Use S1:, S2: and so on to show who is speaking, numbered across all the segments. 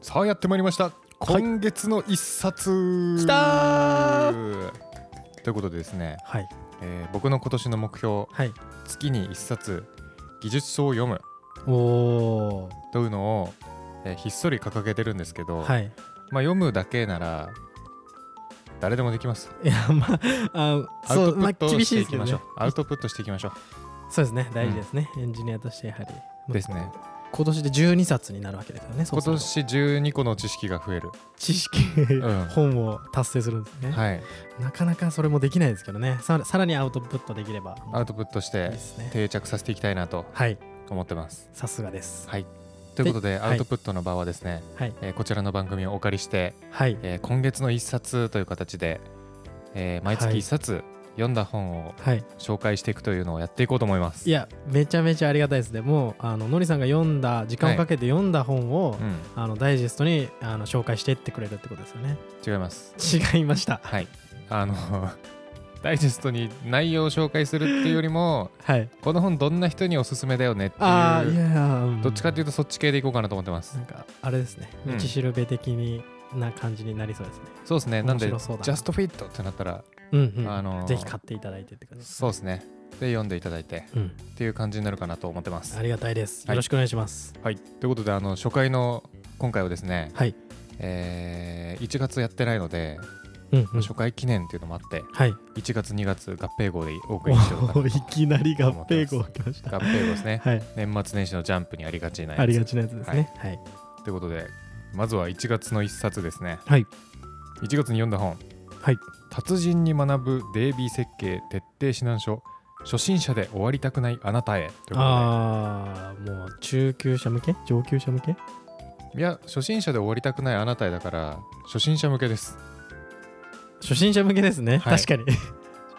S1: さあやってまいりました今月の一冊、
S2: きた
S1: ということでですね、
S2: はい
S1: えー僕の今年の目標
S2: はい
S1: 月に一冊技術書を読む
S2: おお
S1: というのを、えーひっそり掲げてるんですけど、
S2: はい
S1: まあ読むだけなら誰でもできます
S2: いやまああ
S1: ア
S2: そ
S1: ウト
S2: う
S1: プ
S2: まあ
S1: ット
S2: 厳
S1: し
S2: し
S1: て
S2: いで
S1: い
S2: す
S1: き
S2: けど
S1: ましょう
S2: ね、
S1: アウトプットしていきましょ
S2: そうですね大事ですね、エンジニアとしてやはり
S1: うですね
S2: 今年で12冊になるわけですよねそう
S1: 今
S2: すると
S1: 年12個の知識が増える
S2: 知識、
S1: ん
S2: 本を達成するんですね、
S1: はい
S2: なかなかそれもできないですけどねさらさらにアウトプットできれば
S1: アウトプットし
S2: いい
S1: て
S2: ですね
S1: 定着させていきたいなと
S2: はい
S1: 思ってます
S2: さすがです
S1: はいということで
S2: はい
S1: アウトプットの場はですね、
S2: はい
S1: えーこちらの番組をお借りして、
S2: はい
S1: えー今月の1冊という形で、えー毎月1冊読んだ本を
S2: はい
S1: 紹介していくというのをやっていこうと思います
S2: いやめちゃめちゃありがたいですでもうあののりさんが読んだ時間をかけて読んだ本を、
S1: うん
S2: あのダイジェストにあの紹介していってくれるってことですよね
S1: 違います
S2: 違いました
S1: はいあの ダイジェストに内容を紹介するっていうよりも
S2: はい
S1: この本どんな人におすすめだよねって
S2: ああ
S1: い
S2: いうやいや、うん
S1: どっちかっていうとそっち系でいこうかなと思ってます
S2: なんかあれですね
S1: うん
S2: 道しるべ的にな感じになりそうですね
S1: そうですねなんでジ
S2: 面白そうだな
S1: ャストフィットってなったら
S2: うんうん、
S1: あのー
S2: ぜひ買っていただいてって感じです
S1: そうですねで読んでいただいて
S2: うん
S1: っていう感じになるかなと思ってます
S2: ありがたいです
S1: はい
S2: よろしくお願いします
S1: はいということであの初回の今回はですね、
S2: はい、
S1: えー1月やってないので、
S2: うんうん
S1: 初回記念っていうのもあって
S2: はい
S1: 1月2月合併号でお送りしようかなと
S2: おいきなり合併号来ました
S1: 合併号ですね
S2: はい
S1: 年末年始のジャンプにありがちなやつ
S2: ありがちなやつですねはい
S1: ということでまずは1月の1冊ですね
S2: はい
S1: 1月に読んだ本
S2: はい
S1: 達人に学ぶ DB 設計徹底指南書初心者で終わりたくないあなたへというこ
S2: ああもう中級者向け上級者向け
S1: とでいや初心者で終わりたくないあなたへだから初心者向けです
S2: 初心者向けですね、
S1: はい
S2: 確かに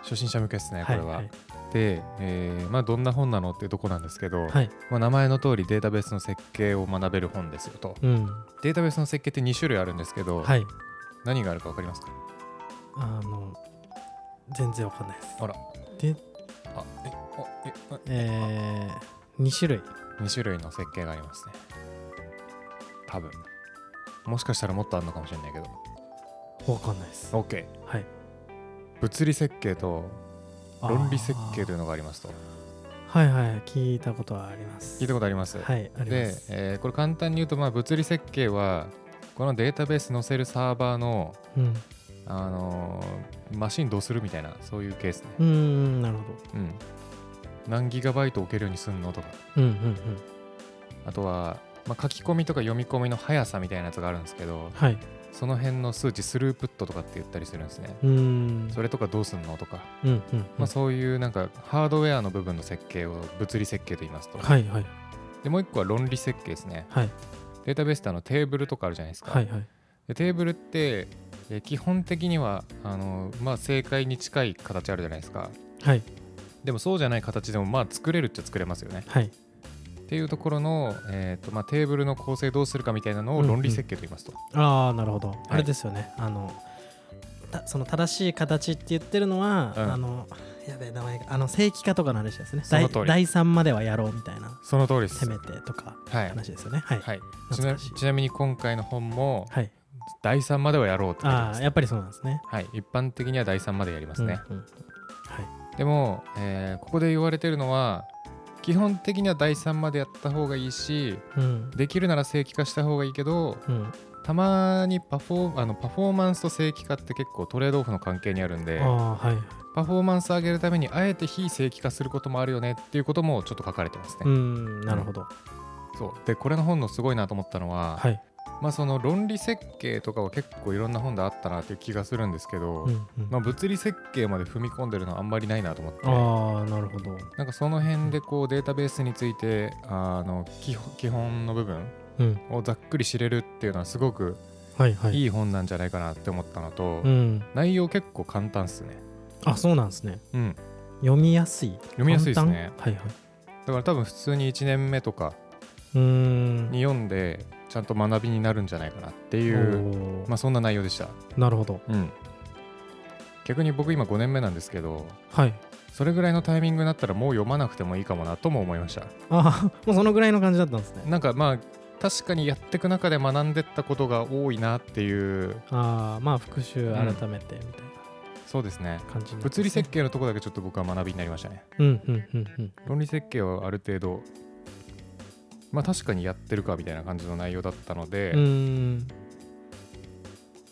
S1: 初心者向けですねこれは、
S2: はい
S1: で、えーまあ、どんな本なのっていうとこなんですけど、
S2: はい
S1: まあ、名前の通りデータベースの設計を学べる本ですよと
S2: うん
S1: データベースの設計って2種類あるんですけど、
S2: はい
S1: 何があるか分かりますか
S2: あの全然わかんないです
S1: あら
S2: で
S1: あえあえあ
S2: えー、2種類
S1: 2種類の設計がありますね多分もしかしたらもっとあるのかもしれないけど
S2: わかんないですは
S1: OK
S2: い
S1: 物理設計と
S2: あー
S1: 論理設計というのがありますと
S2: はいはい聞いたことはあります
S1: 聞いたこ
S2: こ
S1: とあります、
S2: はいありま、
S1: ですえーこれ簡単に言うと、まあ、物理設計はこのデータベース載せるサーバーの、
S2: うん
S1: あのーマシンどうするみたいなそういうケースね
S2: うーんなるほ
S1: うん何ギガバイト置けるようにすんのとか
S2: どうんうんうん
S1: あとは、まあ、書き込みとか読み込みの速さみたいなやつがあるんですけど
S2: はい
S1: その辺の数値スループットとかって言ったりするんですね
S2: うーん
S1: それとかどうすんのとか、
S2: うんうんうん、
S1: まあ、そういうなんかハードウェアの部分の設計を物理設計と言いますと、
S2: はいはい
S1: でもう一個は論理設計ですね
S2: はい
S1: データベースってあのテーブルとかあるじゃないですか、
S2: はいはい
S1: でテーブルってえー基本的にはあの、まあ、正解に近い形あるじゃないですか
S2: はい
S1: でもそうじゃない形でもまあ作れるっちゃ作れますよね
S2: はい
S1: っていうところの、えーとまあ、テーブルの構成どうするかみたいなのを
S2: うんうん
S1: 論理設計と言いますと、
S2: ああなるほど、あれですよねあのたその正しい形って言ってるのは、
S1: うん
S2: あのやべえ名前があの正規化とかの話ですね
S1: その
S2: 第
S1: 通り
S2: 第3まではやろうみたいな
S1: その通りです
S2: せめてとか
S1: はい、
S2: 話ですよねはい、はい
S1: はい、ち
S2: 懐
S1: な
S2: かしい
S1: ちなみに今回の本も第3まではやろうって書いて
S2: あ
S1: ま
S2: あ
S1: す
S2: やっぱりそうなんですね
S1: はい、一般的には第3までやりますね、
S2: うんうんはい
S1: でも、えーここで言われてるのは基本的には第3までやった方がいいし
S2: うん
S1: できるなら正規化した方がいいけど
S2: うん
S1: たまにパフォーあのパフォーマンスと正規化って結構トレードオフの関係にあるんで
S2: ああはい、
S1: パフォーマンス上げるためにあえて非正規化することもあるよねっていうこともちょっと書かれてますね、
S2: うんなるほど、
S1: そうでこれの本のすごいなと思ったのは、
S2: はい、
S1: まあその論理設計とかは結構いろんな本であったなっていう気がするんですけど、
S2: うんうん
S1: まあ、物理設計まで踏み込んでるのはあんまりないなと思って
S2: ああなるほど
S1: なんかその辺でこうデータベースについてあの基本基本の部分
S2: うん
S1: をざっくり知れるっていうのはすごく
S2: はいはい
S1: いい本なんじゃないかなって思ったのと、
S2: うん
S1: 内容結構簡単っすね、
S2: あそうなんですね
S1: うん、
S2: 読みやすい
S1: 読みやすいですね
S2: 簡単はいはい
S1: だから多分普通に1年目とか
S2: うーん
S1: に読んでちゃんと学びになるんじゃないかなっていう、
S2: おー
S1: まあ、そんな内容でした、
S2: なるほど
S1: うん、逆に僕今5年目なんですけど
S2: はい
S1: それぐらいのタイミングになったらもう読まなくてもいいかもなとも思いました
S2: ああもうそのぐらいの感じだったんですね
S1: なんかまあ確かにやっていく中で学んでったことが多いなっていう
S2: ああまあ復習改めてみたい
S1: そうですね
S2: な感じになってますね、
S1: 物理設計のとこだけちょっと僕は学びになりましたね
S2: うんうんうんうん
S1: 論理設計はある程度まあ確かにやってるかみたいな感じの内容だったので、
S2: うーん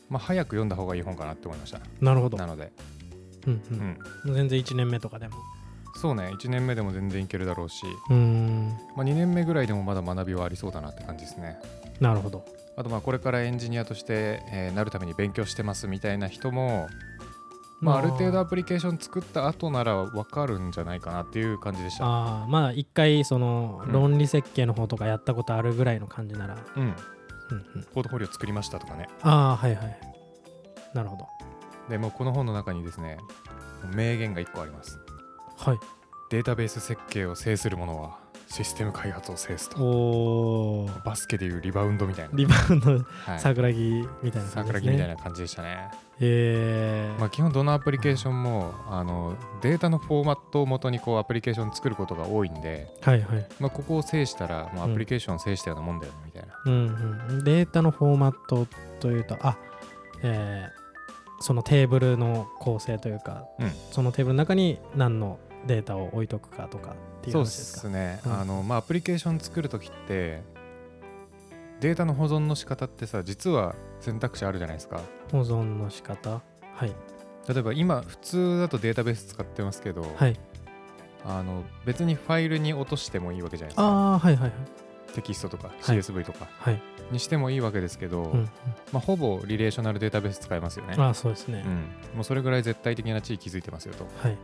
S1: まあ早く読んだ方がいい本かなって思いました
S2: なるほど
S1: な、ので、
S2: うんう
S1: うんん、
S2: 全然1年目とかでも
S1: そうね1年目でも全然いけるだろうし、
S2: うーん
S1: まあ、2年目ぐらいでもまだ学びはありそうだなって感じですね
S2: なるほど
S1: あとまあこれからエンジニアとして、えーなるために勉強してますみたいな人も、まあ、ある程度アプリケーション作った後なら分かるんじゃないかなっていう感じでした
S2: ああまあ一回その
S1: うん
S2: 論理設計の方とかやったことあるぐらいの感じなら、
S1: うん
S2: うんうん、
S1: ポートフォリオ作りましたとかね
S2: ああはいはいなるほど
S1: でもうこの本の中にですね名言が1個あります
S2: はい
S1: データベース設計を制する者はシステム開発を制すと
S2: おー
S1: バスケでいうリバウンドみたいな、
S2: リバウンド
S1: はい、
S2: 桜木みたいな感じで
S1: 桜
S2: す、ね
S1: 木みたいな感じでしたね、
S2: えー
S1: まあ、基本どのアプリケーションもあのデータのフォーマットをもとにこうアプリケーション作ることが多いんで、
S2: はいはい
S1: まあ、ここを制したらもう
S2: うん
S1: アプリケーションを制したようなもんだよねみたいな、
S2: うんうんデータのフォーマットというとあえーそのテーブルの構成というか、
S1: うん
S2: そのテーブルの中に何のデータを置いとくかとかっていう
S1: そう
S2: 話
S1: で
S2: です
S1: す
S2: か
S1: ね、
S2: うん
S1: あのまあ、アプリケーション作るときってデータの保存の仕方ってさ実は選択肢あるじゃないですか
S2: 保存の仕方はい
S1: 例えば今普通だとデータベース使ってますけど、
S2: はい
S1: あの別にファイルに落としてもいいわけじゃないですか
S2: ああーはいはい
S1: テキストとか
S2: い
S1: CSV とか
S2: はいはい
S1: にしてもいいわけですけど、
S2: うんうん
S1: まあ、ほぼリレーショナルデータベース使えますよね、
S2: ああそうですね、
S1: うん、もうそれぐらい絶対的な地位築いてますよと
S2: はい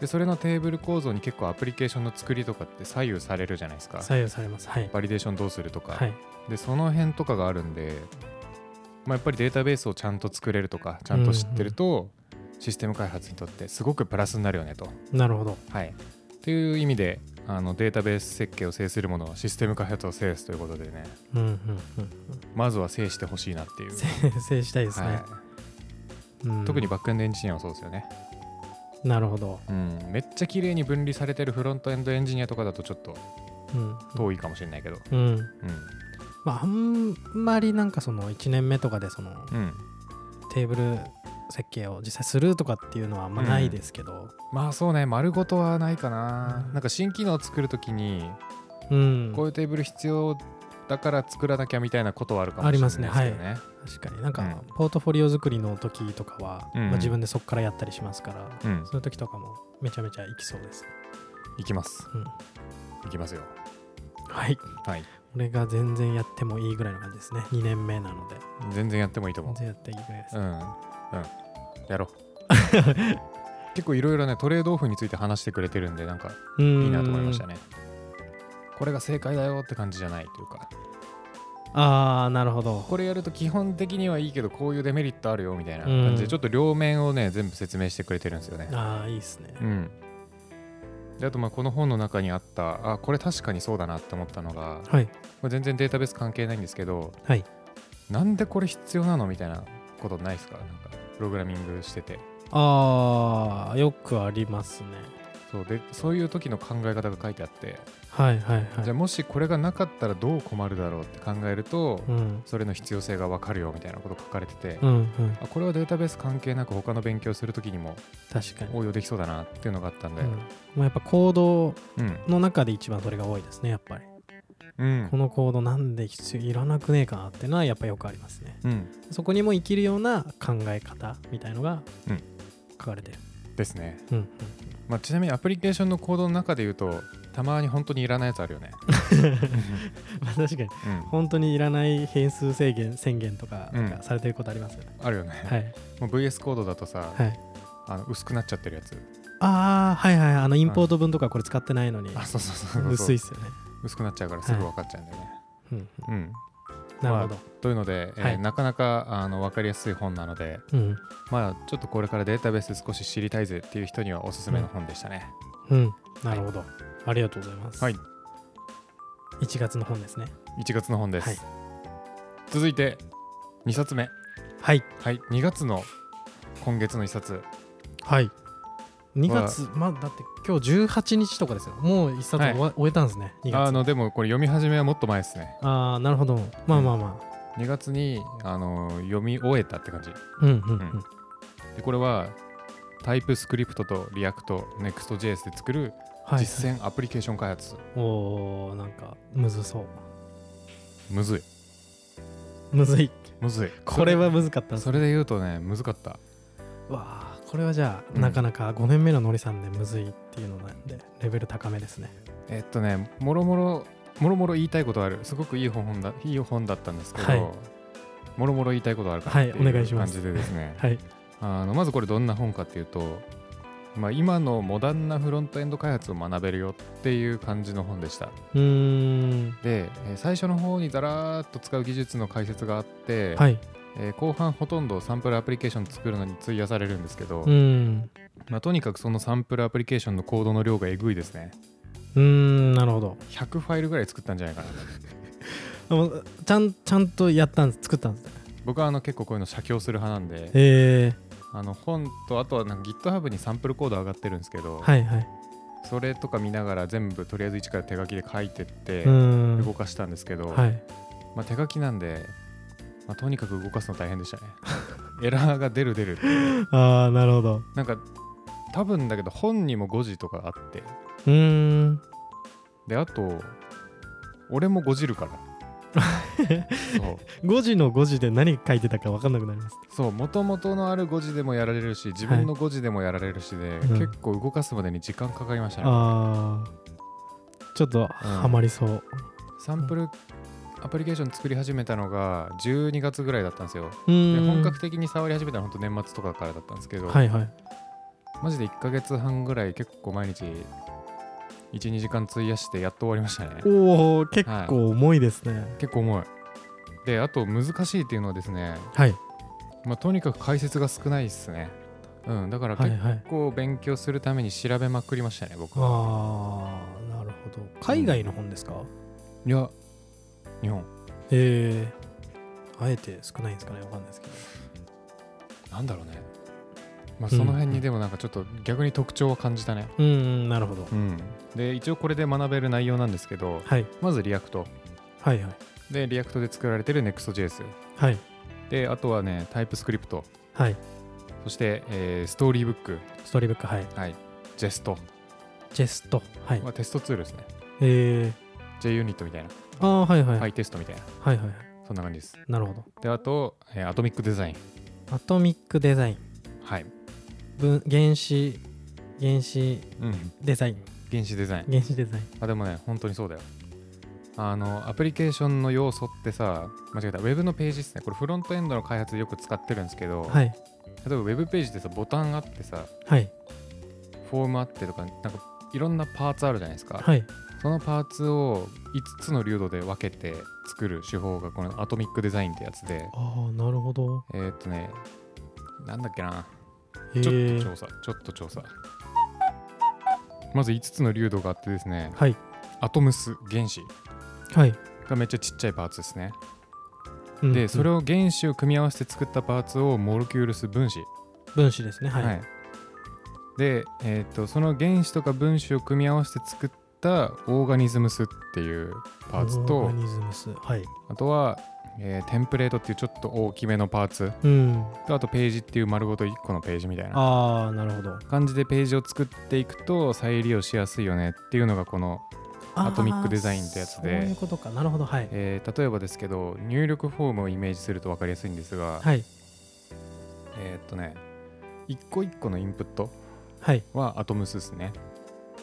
S1: でそれのテーブル構造に結構アプリケーションの作りとかって左右されるじゃないですか
S2: 左右されますはい
S1: バリデーションどうするとか、
S2: はい
S1: でその辺とかがあるんで、まあ、やっぱりデータベースをちゃんと作れるとかちゃんと知ってると、システム開発にとってすごくプラスになるよねと。
S2: なるほど
S1: はい、っていう意味であのデータベース設計を制するものはシステム開発を制すということでね
S2: うんうんうん
S1: まずは制してほしいなっていう。
S2: 訂正したいですね、
S1: はい
S2: うん
S1: 特にバックエンドエンジニアはそうですよね、
S2: なるほど、
S1: うん、めっちゃ綺麗に分離されてるフロントエンドエンジニアとかだとちょっと
S2: うん、
S1: 遠いかもしれないけど、
S2: うん
S1: う
S2: まああんまりなんかその1年目とかでその
S1: んうん、
S2: テーブル設計を実際するとかっていうのはあんまないですけど
S1: まあそうね丸ごとはないかな、
S2: うん
S1: なんか新機能作るときに
S2: うん、
S1: こういうテーブル必要だから作らなきゃみたいなことはあるかもしれないですけどね。
S2: あります確かになんかポートフォリオ作りの時とかは、
S1: うん
S2: まあ、自分でそこからやったりしますから、
S1: うん、
S2: その時とかもめちゃめちゃいきそうです、
S1: 行きます。
S2: うん、
S1: 行きますよ。
S2: はい
S1: はい。
S2: 俺が全然やってもいいぐらいの感じですね2年目なので
S1: 全然やってもいいと思
S2: 全
S1: う。
S2: 然やっていいぐらいです
S1: うん。うん。や ろう。結構いろいろね、トレードオフについて話してくれてるんで、なんか
S2: うん
S1: いいなと思いましたね。これが正解だよって感じじゃないというか、
S2: ああなるほど
S1: これやると基本的にはいいけど、こういうデメリットあるよみたいな感じで、ちょっと両面をね、全部説明してくれてるんですよね。
S2: ああいいですね
S1: うん。であとまあこの本の中にあったあこれ確かにそうだなって思ったのが
S2: はい
S1: これ全然データベース関係ないんですけど、
S2: はい
S1: なんでこれ必要なのみたいなことないですかなんかプログラミングしてて
S2: ああよくありますね
S1: そうでそういう時の考え方が書いてあって、
S2: はいはい
S1: じゃ
S2: は
S1: あ
S2: い
S1: もしこれがなかったらどう困るだろうって考えると、
S2: うん
S1: それの必要性が分かるよみたいなこと書かれてて、
S2: うんうん
S1: あこれはデータベース関係なく他の勉強する時にも
S2: 確かに、
S1: 応用できそうだなっていうのがあったんで、
S2: うん、まあやっぱ行動
S1: うん
S2: の中で一番それが多いですねやっぱり
S1: うん
S2: この行動なんで必要いらなくねえかなってのはやっぱよくありますね
S1: うん
S2: そこにも生きるような考え方みたいのが
S1: うん
S2: 書かれてる
S1: ですね、
S2: うんうん
S1: まあ、ちなみにアプリケーションのコードの中で言うとたまに本当にいらないやつあるよ ね、
S2: まあ確かに
S1: うん
S2: 本当にいらない変数制限宣言とか
S1: うん
S2: がされてることありますよね、
S1: あるよね、
S2: はい
S1: もう VS コードだとさ、
S2: はい
S1: あの薄くなっちゃってるやつ
S2: ああはいはいあのインポート分とかこれ使ってないのに
S1: あそうそうそうそう
S2: 薄いっすよね
S1: 薄くなっちゃうからすぐ分かっちゃうんだよね、
S2: うんうん
S1: うん
S2: なるほど、
S1: というので、えー
S2: はい
S1: なかなかあの分かりやすい本なので
S2: うん
S1: まあちょっとこれからデータベース少し知りたいぜっていう人にはおすすめの本でしたね、
S2: うんなるほど、ありがとうございます、
S1: はい
S2: 1月の本ですね
S1: 1月の本です、
S2: はい
S1: 続いて2冊目
S2: はい
S1: はい2月の今月の1冊
S2: はい2月、まあ、だって今日18日とかですよ。もう一冊終わ、終えたんですね、2
S1: あ
S2: 月。
S1: のでもこれ読み始めはもっと前ですね
S2: ああ、なるほど。まあまあまあ。
S1: 2月にあの読み終えたって感じ
S2: うんうんうん。
S1: うんでこれはタイプスクリプトとリアクト Next.js で作る
S2: はい、
S1: 実践アプリケーション開発、
S2: おー、なんか、むずそう。
S1: むずい
S2: むずい。
S1: むずい
S2: これはむずかっ
S1: そ
S2: たん
S1: れ
S2: です
S1: それで言うとねむずかった
S2: わあこれはじゃあ、
S1: うん
S2: なかなか5年目ののりさんでむずいっていうのなんでレベル高めですね
S1: えっとねもろもろもろもろ言いたいことあるすごくいい本だいい本だったんですけど、
S2: はい
S1: もろもろ言いたいことあるかな
S2: はい
S1: って
S2: お願い
S1: い
S2: し
S1: う
S2: ま
S1: 感
S2: す
S1: じでです ね、
S2: はい
S1: あのまずこれどんな本かっていうと、まあ、今のモダンなフロントエンド開発を学べるよっていう感じの本でした
S2: うーん
S1: で、えー最初の方にだらーっと使う技術の解説があって、
S2: はい
S1: えー後半ほとんどサンプルアプリケーション作るのに費やされるんですけど、
S2: うーん
S1: まあ、とにかくそのサンプルアプリケーションのコードの量がえぐいですね
S2: うーんなるほど
S1: 100ファイルぐらい作ったんじゃないかな
S2: でもちゃんちゃんとやったんです作ったんですね
S1: 僕はあの結構こういうの写経する派なんで
S2: え
S1: あの本とあとはなんか GitHub にサンプルコード上がってるんですけど、
S2: ー、はいはい
S1: それとか見ながら全部とりあえず一から手書きで書いてって
S2: うーん
S1: 動かしたんですけど、
S2: はい
S1: まあ、手書きなんで、まあ、とにかく動かすの大変でしたね エラーが出る出るっていう
S2: ああなるほど
S1: なんか多分だけど本にも5時とかあって
S2: うーん
S1: であと俺も5時るから そう
S2: 5時の5時で何書いてたか分かんなくなります
S1: そう元々のある5時でもやられるし自分の5時でもやられるしで、
S2: ん
S1: 結構動かすまでに時間かかりましたね
S2: ああちょっとハマりそう、
S1: サンプルアプリケーション作り始めたのが12月ぐらいだったんですよ
S2: う
S1: で
S2: ーん
S1: 本格的に触り始めたのは本当年末とかからだったんですけど、
S2: はいはい
S1: マジで1ヶ月半ぐらい結構毎日12時間費やしてやっと終わりましたね
S2: おお結構重いですね
S1: 結構重いであと難しいっていうのはですね、
S2: はい
S1: まあ、とにかく解説が少ないですねうんだから
S2: はい
S1: 結
S2: はい
S1: 構勉強するために調べまくりましたね僕は
S2: ああなるほど海外の本ですか、
S1: いや日本
S2: えー、あえて少ないんですかねわかんないですけど
S1: なんだろうねまあその辺
S2: うんう
S1: に
S2: ん
S1: でもなんかちょっと逆に特徴は感じたね
S2: うーんなるほど
S1: うん、で一応これで学べる内容なんですけど
S2: はい
S1: まずリアクト
S2: はいはい
S1: でリアクトで作られてる Next.js
S2: はい
S1: であとはねタイプスクリプト
S2: はい
S1: そして、えーストーリーブック、
S2: ストーリーブックはい
S1: はい、ジェスト、
S2: ジェストはい
S1: まあ、テストツールですね
S2: え
S1: J ユニットみたいな、
S2: ー、ああはいはい
S1: ハ
S2: はい
S1: イテストみたいな
S2: はいはい
S1: そんな感じです
S2: なるほど
S1: であと、えーアトミックデザイン
S2: アトミックデザイン
S1: はい、
S2: 分原子原子
S1: うん、
S2: デザイン
S1: 原子デザイン
S2: 原子デザイン
S1: あでもね本当にそうだよあのアプリケーションの要素ってさ間違えたウェブのページですねこれフロントエンドの開発でよく使ってるんですけど、
S2: はい
S1: 例えばウェブページってさボタンあってさ
S2: はい
S1: フォームあってとかなんかいろんなパーツあるじゃないですか、
S2: はい
S1: そのパーツを5つの流度で分けて作る手法がこのアトミックデザインってやつで
S2: ああなるほど
S1: えーっとねなんだっけな
S2: え
S1: ちょっ
S2: ー
S1: と、調査ちょっと調査まず5つの流度があってですね
S2: はい
S1: アトムス原子
S2: はい、
S1: がめっちゃちっちゃいパーツですね
S2: うんう
S1: で
S2: ん
S1: それを原子を組み合わせて作ったパーツをモルキュールス分子
S2: 分子ですねはい、
S1: はいで、えーっとその原子とか分子を組み合わせて作ったオーガニズムスっていうパーツ
S2: オ
S1: と
S2: ーガニズムスはい
S1: あとは、えーテンプレートっていうちょっと大きめのパーツ
S2: うん
S1: とあとページっていう丸ごと1個のページみたいな
S2: ああなるほど
S1: 感じでページを作っていくと再利用しやすいよねっていうのがこの、アトミックデザインってやつで
S2: あーそういうことかなるほどはい、
S1: えー例えばですけど入力フォームをイメージすると分かりやすいんですが、
S2: はい
S1: えーっとね一個一個のインプット
S2: はい
S1: はアトムスですね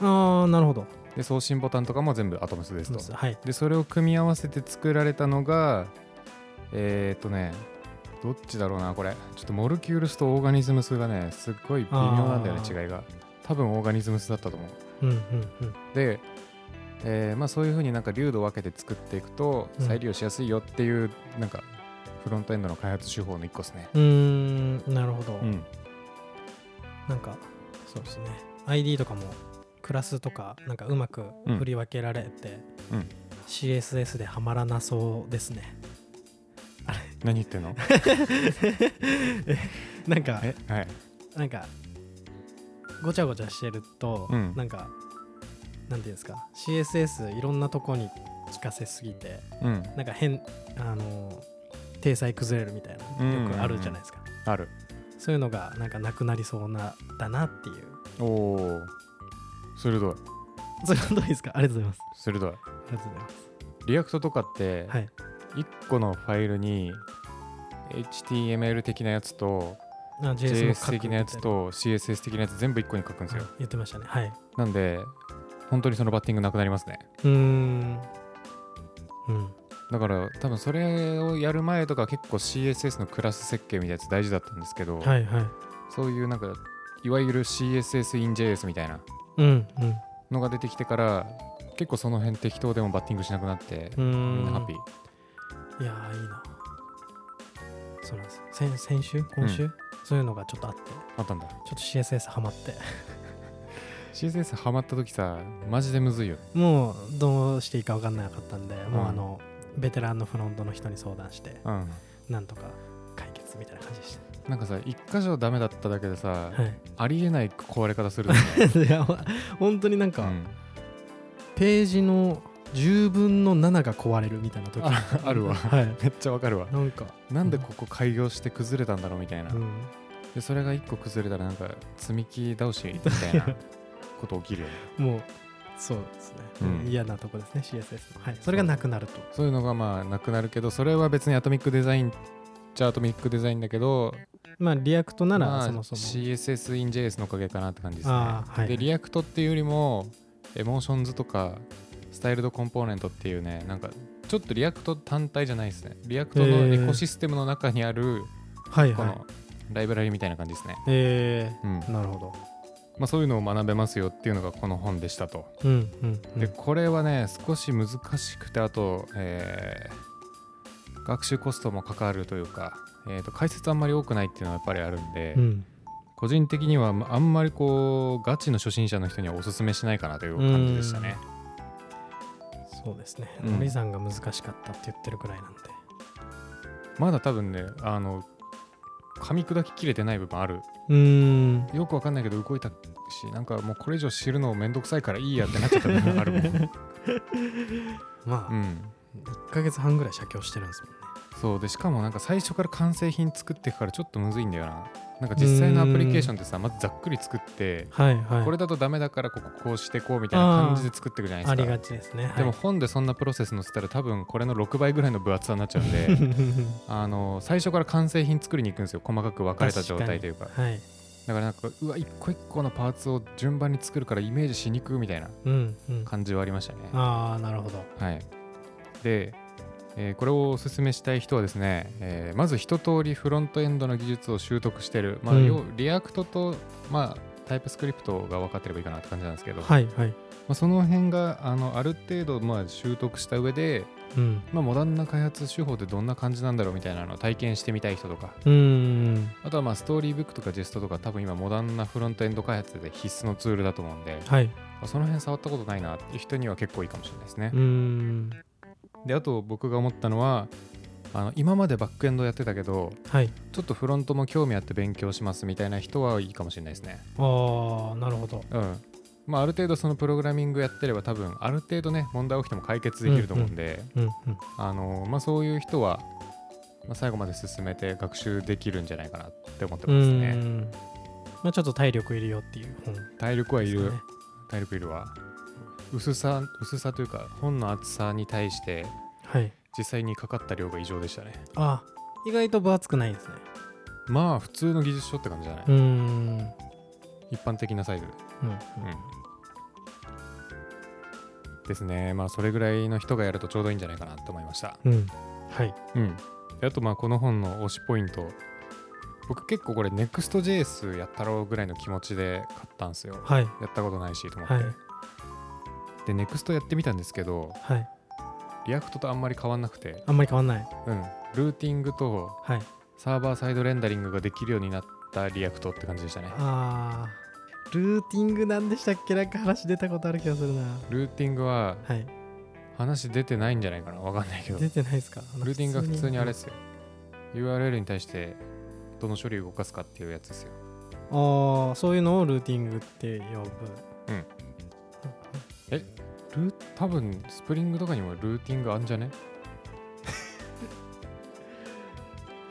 S2: ああなるほど
S1: で送信ボタンとかも全部アトムスですと
S2: はい
S1: でそれを組み合わせて作られたのがえーっとねどっちだろうなこれちょっとモルキュールスとオーガニズムスがねすっごい微妙なんだよね
S2: あー
S1: 違いが多分オーガニズムスだったと思う
S2: うんうんうん
S1: で、えーまあ、そういうふうになんか流度を分けて作っていくと
S2: うん
S1: 再利用しやすいよっていう、なんかフロントエンドの開発手法の一個ですね、
S2: うーんなるほど、
S1: うん、
S2: なんかそうですね ID とかもクラスとかなんかうまく
S1: うん
S2: 振り分けられて、
S1: うん
S2: CSS ではまらなそうで すね
S1: 何言ってん の
S2: なんか
S1: えはい
S2: なんかごちゃごちゃしてると、
S1: うん
S2: なんかなんていうんですか CSS いろんなとこに効かせすぎて
S1: うん、
S2: なんか変あの体裁崩れるみたい
S1: うんうんう
S2: なんよくあるじゃないですか、
S1: ある
S2: そういうのがなんかなくなりそうなだなっていう
S1: おお鋭い
S2: そうどうですかありがとうございます
S1: 鋭い
S2: ありがとうございます
S1: リアクトとかって
S2: はい
S1: 1個のファイルに HTML 的なやつと
S2: あ JS も書
S1: JS
S2: くみ
S1: 的
S2: たい
S1: なやつと CSS 的なやつ全部1個に書くんですよ
S2: あ言ってましたねはい
S1: なんで本当にそのバッティングなくなりますね
S2: うーんうん
S1: だから多分それをやる前とか結構 CSS のクラス設計みたいなやつ大事だったんですけど、
S2: はいはい
S1: そういうなんかいわゆる CSS in JS みたいな
S2: うん
S1: のが出てきてから結構その辺適当でもバッティングしなくなって
S2: うんうー
S1: みん
S2: ん
S1: なハッピー
S2: いやーいいなそうなんですよ先先週今週、そういうのがちょっとあってちょ
S1: あったんだ
S2: っと CSS ハマって
S1: CSS ハマった時さマジでむずいよ
S2: もうどうしていいか分かんなかったんで、も
S1: う
S2: うんあのベテランのフロントの人に相談して
S1: うん
S2: なんとか解決みたいな感じでした
S1: なんかさ一箇所ダメだっただけでさ、
S2: はい
S1: ありえない壊れ方するんだよね
S2: いやほ本当になん
S1: う
S2: か、
S1: ん
S2: ページの10分の7が壊れるみたいな時
S1: ああ るわ
S2: はい
S1: めっちゃわかるわ
S2: なんか
S1: なんでここ開業して崩れたんだろうみたいな、
S2: うん
S1: でそれが1個崩れたらなんか積み木倒しみたい なこと起きるよね
S2: もうそうですね、
S1: うん
S2: 嫌なとこですね CSS の、はい、それがなくなると
S1: そういうのがまあなくなるけどそれは別にアトミックデザインじゃアトミックデザインだけど
S2: まあリアクトな
S1: ま
S2: ら
S1: あ
S2: そもそも、
S1: CSS in JS のおかげかなって感じですね、
S2: あーはい
S1: でリアクトっていうよりもエモーションズとかスタイルドコンポーネントっていうねなんかちょっとリアクト単体じゃないですねリアクトのエコシステムの中にある
S2: はい
S1: こ
S2: はい
S1: のライブラリみたいな感じですね、
S2: え
S1: うん
S2: ー、なるほど
S1: まあ、そういうのを学べますよっていうのがこの本でしたと
S2: うんうん、うん、
S1: でこれはね少し難しくてあと、えー学習コストもかかるというか、えー、と解説あんまり多くないっていうのはやっぱりあるんで、
S2: うん
S1: 個人的にはまあんまりこうガチの初心者の人にはおすすめしないかなという感じでしたね。
S2: そうですね
S1: うん
S2: ノリさんが難しかったって言ってるくらいなんで
S1: まだ多分ねあの噛み砕ききれてない部分ある
S2: うーん
S1: よくわかんないけど動いたしなんかもうこれ以上知るのめんどくさいからいいやってなっちゃった部分あるも ん、
S2: まあ、
S1: うん、
S2: 1か月半ぐらい写経してるんですもんね
S1: そうでしかもなんか最初から完成品作っていくからちょっとむずいんだよななんか実際のアプリケーションってさまずざっくり作って
S2: はいはい
S1: これだとダメだからこここうしてこうみたいな感じで作っていくじゃない
S2: あ
S1: です
S2: り
S1: か
S2: がちですね
S1: でも
S2: はい
S1: 本でそんなプロセス載せたら多分これの6倍ぐらいの分厚さになっちゃうん であの最初から完成品作りに行くんですよ細かく分かれた状態という か
S2: はい
S1: だからなんかうわ一個一個のパーツを順番に作るからイメージしにくいみたいな
S2: うんうん
S1: 感じはありましたね
S2: ああなるほど
S1: はい、で、えーこれをおすすめしたい人はですね、えーまず一通りフロントエンドの技術を習得してる、まあ
S2: うん
S1: 要リアクトと、まあ、タイプスクリプトが分かってればいいかなって感じなんですけど、ま
S2: はいはい
S1: あ、その辺があのある程度、まあ、習得した上で、
S2: うん
S1: まあ、モダンな開発手法ってどんな感じなんだろうみたいなのを体験してみたい人とか
S2: うーん
S1: あとはまあストーリーブックとかジェストとか多分今モダンなフロントエンド開発で必須のツールだと思うんで、ま
S2: はい
S1: あ、その辺触ったことないなっていう人には結構いいかもしれないですね。
S2: うーん
S1: であと僕が思ったのはあの今までバックエンドやってたけど
S2: はい
S1: ちょっとフロントも興味あって勉強しますみたいな人はいいかもしれないですね。
S2: ああなるほど
S1: うんまあ、ある程度そのプログラミングやってれば多分ある程度ね問題起きても解決できると思うんで、
S2: うんうん
S1: あのまあ、そういう人は、まあ、最後まで進めて学習できるんじゃないかなって思って
S2: う
S1: ます
S2: ー
S1: ね。
S2: んまあちょっと体力いるよっていう本です
S1: 体力は
S2: か
S1: いる、
S2: ね
S1: 体力いるわ薄さ薄さというか本の厚さに対して
S2: はい
S1: 実際にかかった量が異常でしたね。
S2: あ意外と分厚くないですね
S1: まあ普通の技術書って感じじゃない、
S2: うーんうん
S1: 一般的なサイズ
S2: うん
S1: ですねまあそれぐらいの人がやるとちょうどいいんじゃないかなと思いました
S2: うんはい
S1: うんであとまあこの本の推しポイント僕結構これ NEXTJS やったろうぐらいの気持ちで買ったんですよ
S2: はい
S1: やったことないしと思って、
S2: はい
S1: で NEXT やってみたんですけど
S2: はい
S1: リアクトとあんまり変わんなくて
S2: あんまり変わんない
S1: うんルーティングと
S2: はい
S1: サーバーサイドレンダリングができるようになったリアクトって感じでしたね
S2: あールーティングなんでしたっけなんか話出たことある気がするな
S1: ルーティングは
S2: はい
S1: 話出てないんじゃないかなわかんないけど
S2: 出てないですか
S1: ルーティンが普通にあれですよ。URL に対してどの処理を動かすかっていうやつですよ。
S2: ああそういうのをルーティングって呼ぶ
S1: うんルー多分スプリングとかにもルーティングあんじゃ ね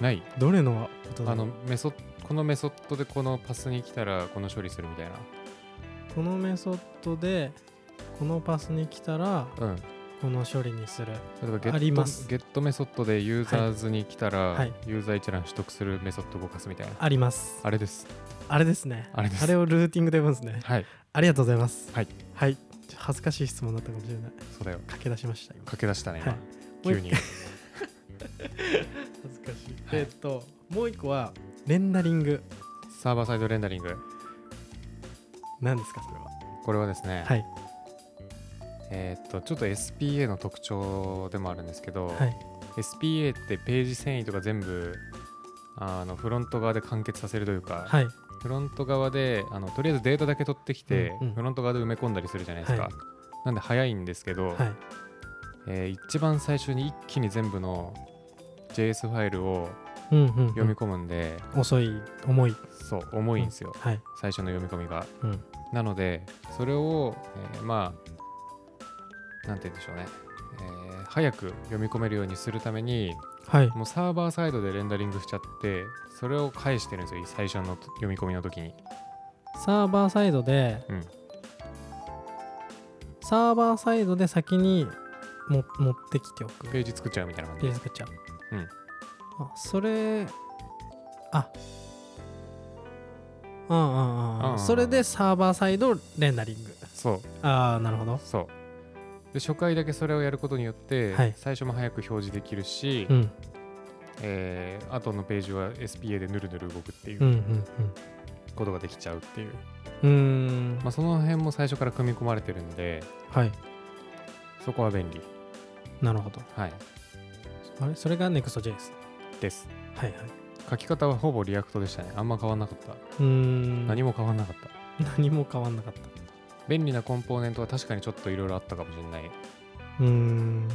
S1: ない
S2: どれのことだ
S1: あ
S2: ろう
S1: のメソこのメソッドでこのパスに来たらこの処理するみたいな
S2: このメソッドでこのパスに来たら
S1: うん
S2: この処理にする
S1: 例えばゲット
S2: あります
S1: ゲットメソッドでユーザーズに来たら、
S2: はいはい
S1: ユーザー一覧取得するメソッドを動かすみたいな
S2: あります
S1: あれです
S2: あれですね
S1: あれです
S2: あれをルーティングで呼ぶんですね
S1: はい
S2: ありがとうございます
S1: はい、
S2: はい、ちょっと恥ずかしい質問だったかもしれない
S1: そうだよ
S2: 駆け出しました今
S1: 駆け出したね今、
S2: はい
S1: 急 に
S2: 恥ずかしい、
S1: はい
S2: えっともう一個はレンダリング
S1: サーバーサイドレンダリング
S2: 何ですかそれは
S1: これはですね、
S2: はい
S1: えーっとちょっと SPA の特徴でもあるんですけど、
S2: はい
S1: SPA ってページ遷移とか全部あのフロント側で完結させるというか、
S2: はい
S1: フロント側であのとりあえずデータだけ取ってきて、
S2: うんうん
S1: フロント側で埋め込んだりするじゃないですか、
S2: はい
S1: なんで早いんですけど、
S2: はい
S1: えー一番最初に一気に全部の JS ファイルを
S2: うんうん、うん、
S1: 読み込むんで、
S2: 遅い重い
S1: そう重いんですよ、
S2: はい
S1: 最初の読み込みが
S2: うん
S1: なのでそれを、えーまあなんて言うんでしょうね、えー早く読み込めるようにするために
S2: はい
S1: もうサーバーサイドでレンダリングしちゃってそれを返してるんですよ最初の読み込みの時に
S2: サーバーサイドで、
S1: うん
S2: サーバーサイドで先にも持ってきておく
S1: ページ作っちゃうみたいな感じ
S2: ペー
S1: で
S2: ジ
S1: す
S2: 作っちゃう、
S1: うん
S2: あそれあうんうんうん
S1: うん
S2: それでサーバーサイドレンダリング
S1: そう
S2: ああなるほど
S1: そうで初回だけそれをやることによって、
S2: はい
S1: 最初も早く表示できるし、
S2: うん
S1: えー後のページは SPA でぬるぬる動くってい
S2: うん
S1: う
S2: う
S1: うんことができちゃうっていう、
S2: うんうーん
S1: まあ、その辺も最初から組み込まれてるんで
S2: はい
S1: そこは便利、
S2: なるほど
S1: はい、
S2: あれそれが NEXTJS
S1: です
S2: はいはい
S1: 書き方はほぼリアクトでしたねあんま変わんなかった、
S2: うーん
S1: 何も変わんなかった
S2: 何も変わんなかった
S1: 便利なコンポーネントは確かにちょっといろいろあったかもしれないう
S2: ーん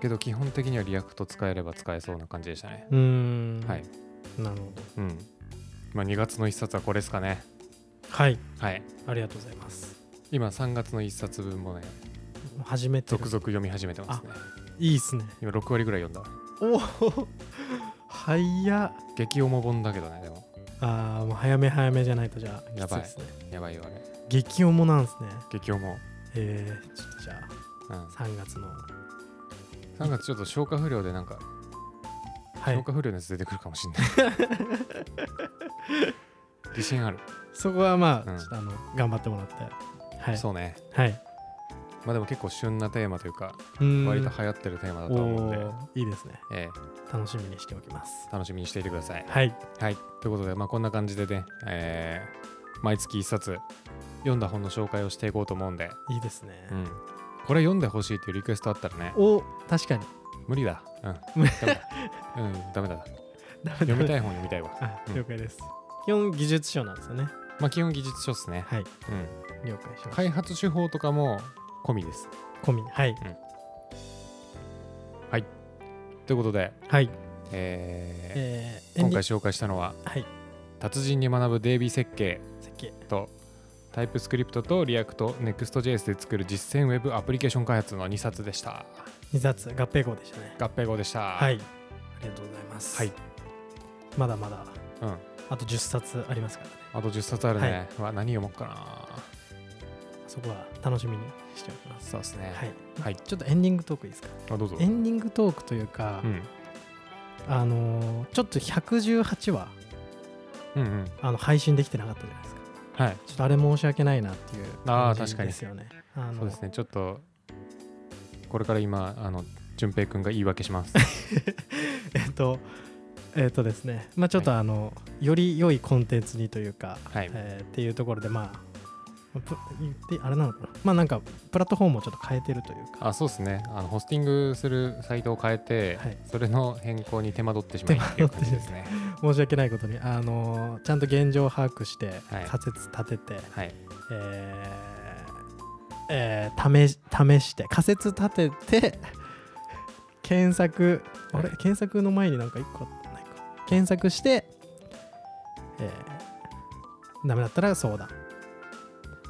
S1: けど基本的にはリアクト使えれば使えそうな感じでしたね、
S2: うーん
S1: はい
S2: なるほど
S1: うんまあ2月の1冊はこれですかね
S2: はい
S1: はい
S2: ありがとうございます
S1: 今3月の1冊分もね
S2: 初めてる
S1: 続々読み始めてますね
S2: いいっすね
S1: 今6割ぐらい読んだ
S2: おお早っ
S1: 激重本だけどねでも
S2: あーもう早め早めじゃないとじゃあ
S1: やばい
S2: きつですね
S1: やばいよあれ
S2: 激重なんですね
S1: 激重、
S2: えー、ちょっとじゃあ
S1: うん、
S2: 3月の
S1: 3月ちょっと消化不良でなんか、
S2: は
S1: 消
S2: い
S1: 化不良のやつ出てくるかも しんない自信ある、
S2: そこはまあ、
S1: うん
S2: ちょっとあの頑張ってもらってはい
S1: そうね
S2: はい
S1: まあでも結構旬なテーマというか
S2: うーん
S1: 割と流行ってるテーマだと
S2: お
S1: 思うんで、
S2: ーいいですね
S1: え
S2: 楽しみにしておきます
S1: え楽しみにしていてください。
S2: はい
S1: はい、ということで、まあ、こんな感じでね、えー毎月1冊読んだ本の紹介をしていこうと思うんで、
S2: いいですね、
S1: うん、これ読んでほしいっていうリクエストあったらね
S2: お確かに
S1: 無理だ、 うん、
S2: 無
S1: ダメだ、うん、ダメだ読みたい本読みたい わ、
S2: あ
S1: うん
S2: 了解です、基本技術書なんですよね
S1: まあ、基本技術書っすね、
S2: はい
S1: うん、
S2: 了解しました
S1: 開発手法とかも込みです
S2: 込みはい
S1: ということで、
S2: はい
S1: えー
S2: えー、
S1: 今回
S2: エン
S1: 紹介したのは
S2: ディングはい
S1: 達人に学ぶ DB 設計
S2: 設計
S1: とタイプスクリプトとリアクト Next.js で作る実践ウェブアプリケーション開発の2冊でした
S2: 2冊合併号でしたね
S1: 合併号でした
S2: はい。ありがとうございます。
S1: はい。
S2: まだまだ、
S1: うん
S2: あと10冊ありますからね。
S1: あと10冊あるね、は何読もうかな
S2: そこは楽しみにしておきます。
S1: そうですね
S2: はい。
S1: はい
S2: ちょっとエンディングトークいいですか
S1: あどうぞ
S2: エンディングトークというか、
S1: うん、
S2: あのーちょっと118話、
S1: うんうん
S2: あの、配信できてなかったじゃないですか。
S1: はい
S2: ちょっとあれ申し訳ないなっていう
S1: あ
S2: 感
S1: ー
S2: じ
S1: 確かに
S2: ですよね。あの
S1: そうですねちょっとこれから今あの淳平くんが言い訳します
S2: えっと、えっとですね、まあちょっとあの、より良いコンテンツにというか、
S1: はい、
S2: えーっていうところでまあぷ言ってあれなのかなまあなんかプラットフォームをちょっと変えてるというか
S1: あそうですねあのホスティングするサイトを変えて、
S2: はい
S1: それの変更に手間取ってしまいっていう感じですね
S2: 申し訳ないことにあのーちゃんと現状を把握して
S1: はい
S2: 仮説立てて、
S1: はい
S2: えーえー試し試して仮説立てて検索あれ
S1: は
S2: 検索の前になんか一個あったないか検索して、えーダメだったら相談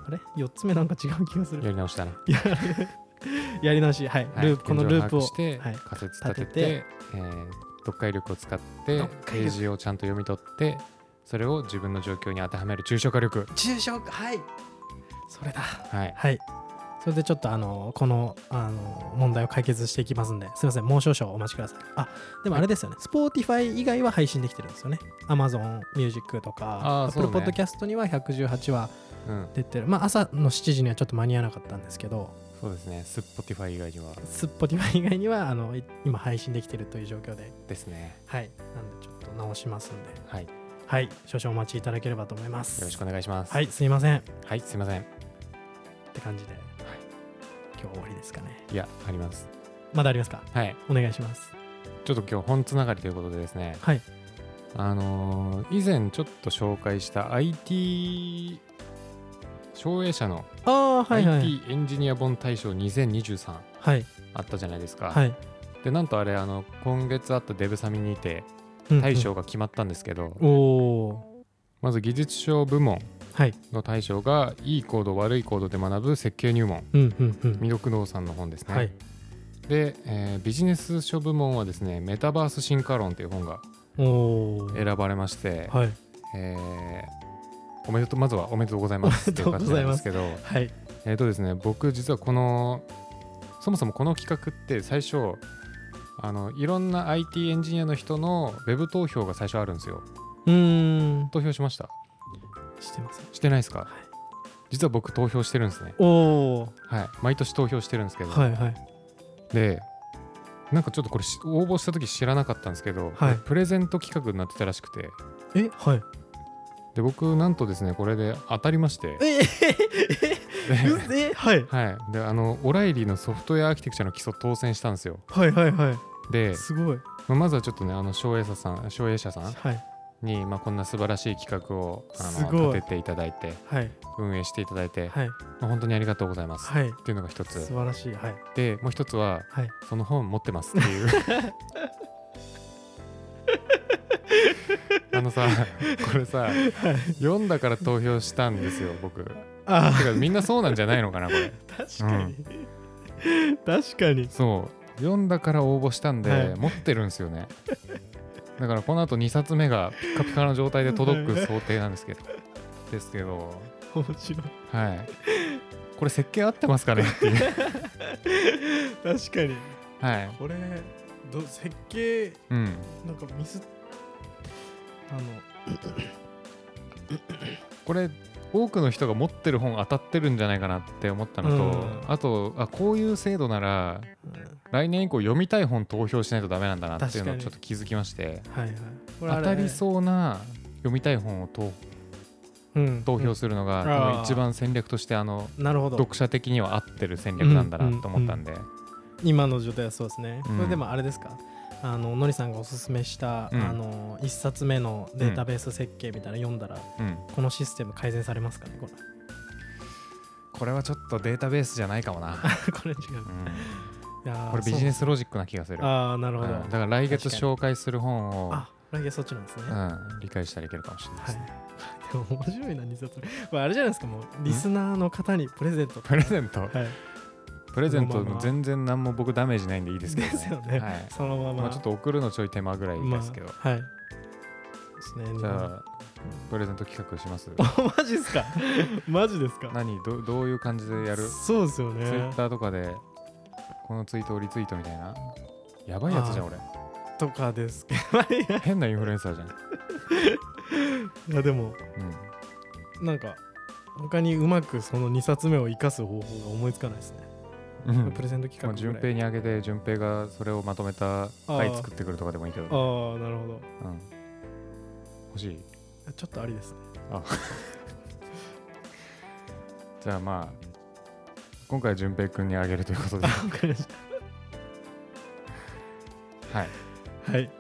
S2: あれ4つ目なんか違う気がする
S1: やり直したな、
S2: やり直しはい、
S1: はい
S2: ループこの
S1: 現
S2: ル
S1: 状
S2: ープを
S1: 把握して、
S2: はい
S1: 仮説立てて
S2: 立てて
S1: えー読解力を使って
S2: 読解
S1: ペ
S2: 力
S1: ージをちゃんと読み取ってそれを自分の状況に当てはめる抽象化力
S2: 中小はいそれだ
S1: はい
S2: はいそれでちょっとあのこのあの問題を解決していきますんですいませんもう少々お待ちくださいあでもあれですよね、Spotify 以外は配信できてるんですよね Amazon Music とか
S1: あーそう
S2: Apple
S1: ね
S2: Podcast には118は
S1: うん
S2: 出てるまあ朝の7時にはちょっと間に合わなかったんですけど
S1: そうですねスポティファイ以外には
S2: Spotify 以外にはあのい今配信できてるという状況で
S1: ですね
S2: はいなんでちょっと直しますんで
S1: はいよ
S2: はい少々お待ちいただければと思います
S1: ろしくお願いします
S2: はいすいません
S1: はいすいません
S2: って感じで、今日終わりですかね
S1: いやあります
S2: まだありますか
S1: はい
S2: お願いします
S1: ちょっと今日本つながりということでですね
S2: はい
S1: あのー以前ちょっと紹介した IT 障害者の
S2: ああはいはい、
S1: IT エンジニア本大賞2023
S2: はい
S1: あったじゃないですか、
S2: はい
S1: でなんとあれあの今月あったデブサミにて
S2: うんうん
S1: 大賞が決まったんですけど、
S2: おお
S1: まず技術賞部門
S2: はい
S1: の大賞がいいコード悪いコードで学ぶ設計入門
S2: うんうんうん
S1: 未読堂さんの本ですね、
S2: はい
S1: で、えービジネス書部門はですねメタバース進化論という本が
S2: おおー
S1: 選ばれまして、
S2: はい
S1: えーおめでとうまずはおめでとうござい ますっていう感じなんですけど
S2: はい
S1: えーとですね僕実はこのそもそもこの企画って最初あのいろんな IT エンジニアの人のウェブ投票が最初あるんですよ
S2: うーん
S1: 投票しました
S2: してます
S1: してないですか、
S2: い
S1: 実は僕投票してるんですね
S2: おお
S1: はい毎年投票してるんですけど、
S2: はいはい
S1: でなんかちょっとこれし応募した時知らなかったんですけど、
S2: はい
S1: プレゼント企画になってたらしくて
S2: えはい
S1: で僕なんとですねこれで当たりまして
S2: ええええはい
S1: はいであのオライリーのソフトウェアアーキテクチャの基礎当選したんですよ
S2: はいはいは
S1: で
S2: い、すごい
S1: まあまずはちょっとねあの障害者さん障害者さん
S2: はい
S1: に、まあ、こんな素晴らしい企画をあ
S2: す
S1: の
S2: ごい
S1: 立てていただいて
S2: はい
S1: 運営していただいて、
S2: はい
S1: まあ本当にありがとうございます、
S2: はい
S1: っていうのが一
S2: 素
S1: つ
S2: 晴らしいはい
S1: でもう一つは
S2: はい
S1: その本持ってますって いうあのさこれさ読んだから投票したんですよ僕て
S2: あ
S1: かみんなそうなんじゃないのかなこれ
S2: あ確かに、確かに
S1: そう読んだから応募したんで、
S2: はい
S1: 持ってるんですよねだからこのあと2冊目がピカピカの状態で届く想定なんですけどですけど
S2: 面白い
S1: はいこれ設計合ってますかねっていう
S2: 確かに
S1: はい
S2: これど設計
S1: うん
S2: なんかミスあの
S1: これ多くの人が持ってる本当たってるんじゃないかなって思ったのと、
S2: うん
S1: あとあこういう制度なら来年以降読みたい本投票しないとダメなんだなっていうのを
S2: 確かに
S1: ちょっと気づきまして
S2: はいはい
S1: 当
S2: これあれ
S1: たりそうな読みたい本を投
S2: うん
S1: 投票するのが、
S2: うん
S1: 多
S2: あ
S1: 分
S2: ー
S1: 一番戦略としてあの
S2: なるほど
S1: 読者的には合ってる戦略なんだなと思ったんで、
S2: 今の状態はそうですね、
S1: うん
S2: これでもあれですかあののりさんがおすすめした、
S1: うん
S2: あの一冊目のデータベース設計みたいなの読んだら、
S1: うん
S2: このシステム改善されますかねこれ
S1: これはちょっとデータベースじゃないかも な、
S2: これ違う
S1: うん
S2: いやー
S1: これビジネ
S2: そ
S1: スロジックな気がする
S2: うああなる
S1: う
S2: ほど、
S1: んだから来月
S2: 確か
S1: 紹介する本を、
S2: あ来月そっちなんですね、
S1: うん、理解したらいけるかもしれない
S2: は
S1: で
S2: い
S1: すね、。
S2: でも面白いな、2冊目。これあれじゃないですか、もう、リスナーの方にプレゼント。
S1: プレゼント
S2: はい。
S1: プレゼントも全然何も僕ダメージないんでいいですけど、ね、
S2: ですよね
S1: はい
S2: そのま
S1: ま
S2: ま。
S1: あ、ちょっと送るのちょい手間ぐらい
S2: まあ
S1: ですけど、
S2: はい。そうですね。
S1: じゃあプレゼント企画し ます
S2: 日本マジですか マジですか
S1: 何どどういう感じでやる
S2: そうですよ
S1: ツイ
S2: ね
S1: ッ。ターとかでこのツイートをリツイートみたいなやばいやつじゃん俺
S2: とかですけど。 いや
S1: 変なインフルエンサーじゃん、う
S2: いや、でも、
S1: ん、
S2: なんか、他にうまくその2冊目を生かす方法が思いつかないですね。
S1: うん
S2: プレゼント企
S1: まあ
S2: 画
S1: 順
S2: ぐら
S1: 平
S2: い。
S1: にあげて順平がそれをまとめた回作ってくるとかでもいいけどね、
S2: ああ、なるほど。
S1: うん、欲しい
S2: ちょっとありですね。
S1: じゃあまあ今回は順平君にあげるということ では
S2: わかりまし
S1: い
S2: たはい。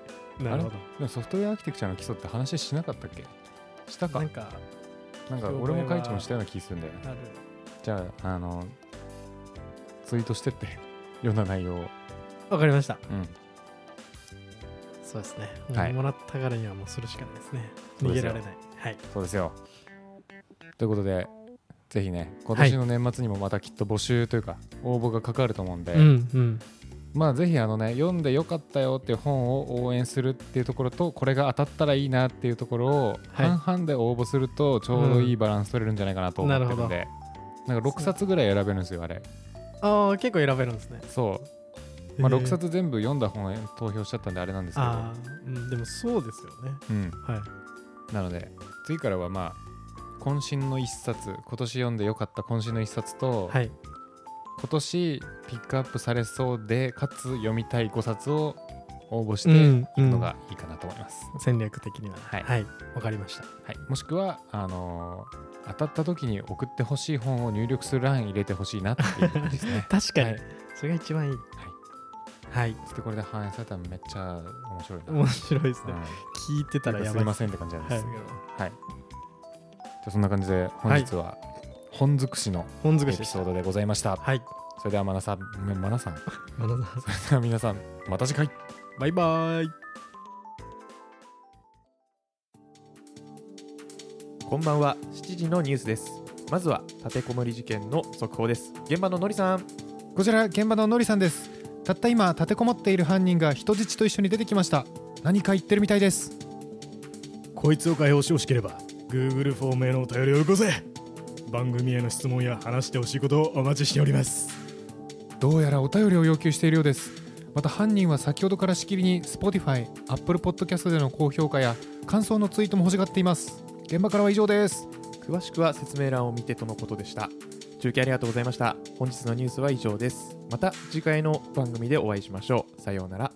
S2: なるほど。
S1: でもソフトウェアアーキテクチャの基礎って話しなかったっけしたか
S2: なんか、
S1: なんか俺も会長もしたような気するんだよね
S2: ある。
S1: じゃああのツイートしてって読んだ内容を
S2: わかりました。
S1: うん
S2: そうですね。
S1: はい
S2: もうもらったからにはもうするしかないですね。
S1: そうで
S2: 逃げ
S1: すよ
S2: られない。はい。
S1: そうですよということでぜひね今年の年末にもまたきっと募集というか応募がかかると思うんで、
S2: うんうん
S1: まあぜひあのね読んでよかったよっていう本を応援するっていうところとこれが当たったらいいなっていうところを
S2: はい
S1: 半々で応募するとちょうどいいバランス取れるんじゃないかなと思ってるんで、なんか6冊ぐらい選べるんですよあれ
S2: ああ結構選べるんですね、
S1: そう、まあ、
S2: へー
S1: 6冊全部読んだ本へ投票しちゃったんであれなんですけど、
S2: ああ、うん、でもそうですよね
S1: うん、
S2: はい
S1: なので次からはまあ渾身の1冊今年読んでよかった渾身の1冊と、
S2: はい
S1: 今年ピックアップされそうでかつ読みたい5冊を応募し
S2: う
S1: て
S2: ん
S1: いくのがいいかなと思います、
S2: 戦略的には
S1: はい
S2: はいわ、かりました。
S1: はい、もしくはあのー当たった時に送ってほしい本を入力する欄入れてほしいなっていう感じですね
S2: 確かに、
S1: はい
S2: それが一番いいはい、
S1: そしてこれで反映されたらめっちゃ面白いな。
S2: 面白いですね、
S1: うん
S2: 聞いてたらやば
S1: す
S2: い
S1: い
S2: っ
S1: ますせんって感じなんですけど、
S2: は
S1: はいじゃあそんな感じで本日は本尽くしの
S2: 本
S1: エ
S2: 尽くし
S1: ピ
S2: でし
S1: ソー
S2: た
S1: ドでございました、
S2: はい
S1: それではマナさんマナさん
S2: 真田さん
S1: それでは皆さんまた次回
S2: バイバイ
S3: こんばんは7時のニュースですまずは立てこもり事件の速報です現場ののりさん
S1: こちら現場ののりさんですたった今立てこもっている犯人が人質と一緒に出てきました何か言ってるみたいです
S4: こいつを解放してほしければ Google フォームへのお便りをよこせ番組への質問や話してほしいことをお待ちしております
S1: どうやらお便りを要求しているようですまた犯人は先ほどからしきりに Spotify、Apple Podcast での高評価や感想のツイートも欲しがっています現場からは以上です
S3: 詳しくは説明欄を見てとのことでした中継ありがとうございました本日のニュースは以上ですまた次回の番組でお会いしましょうさようなら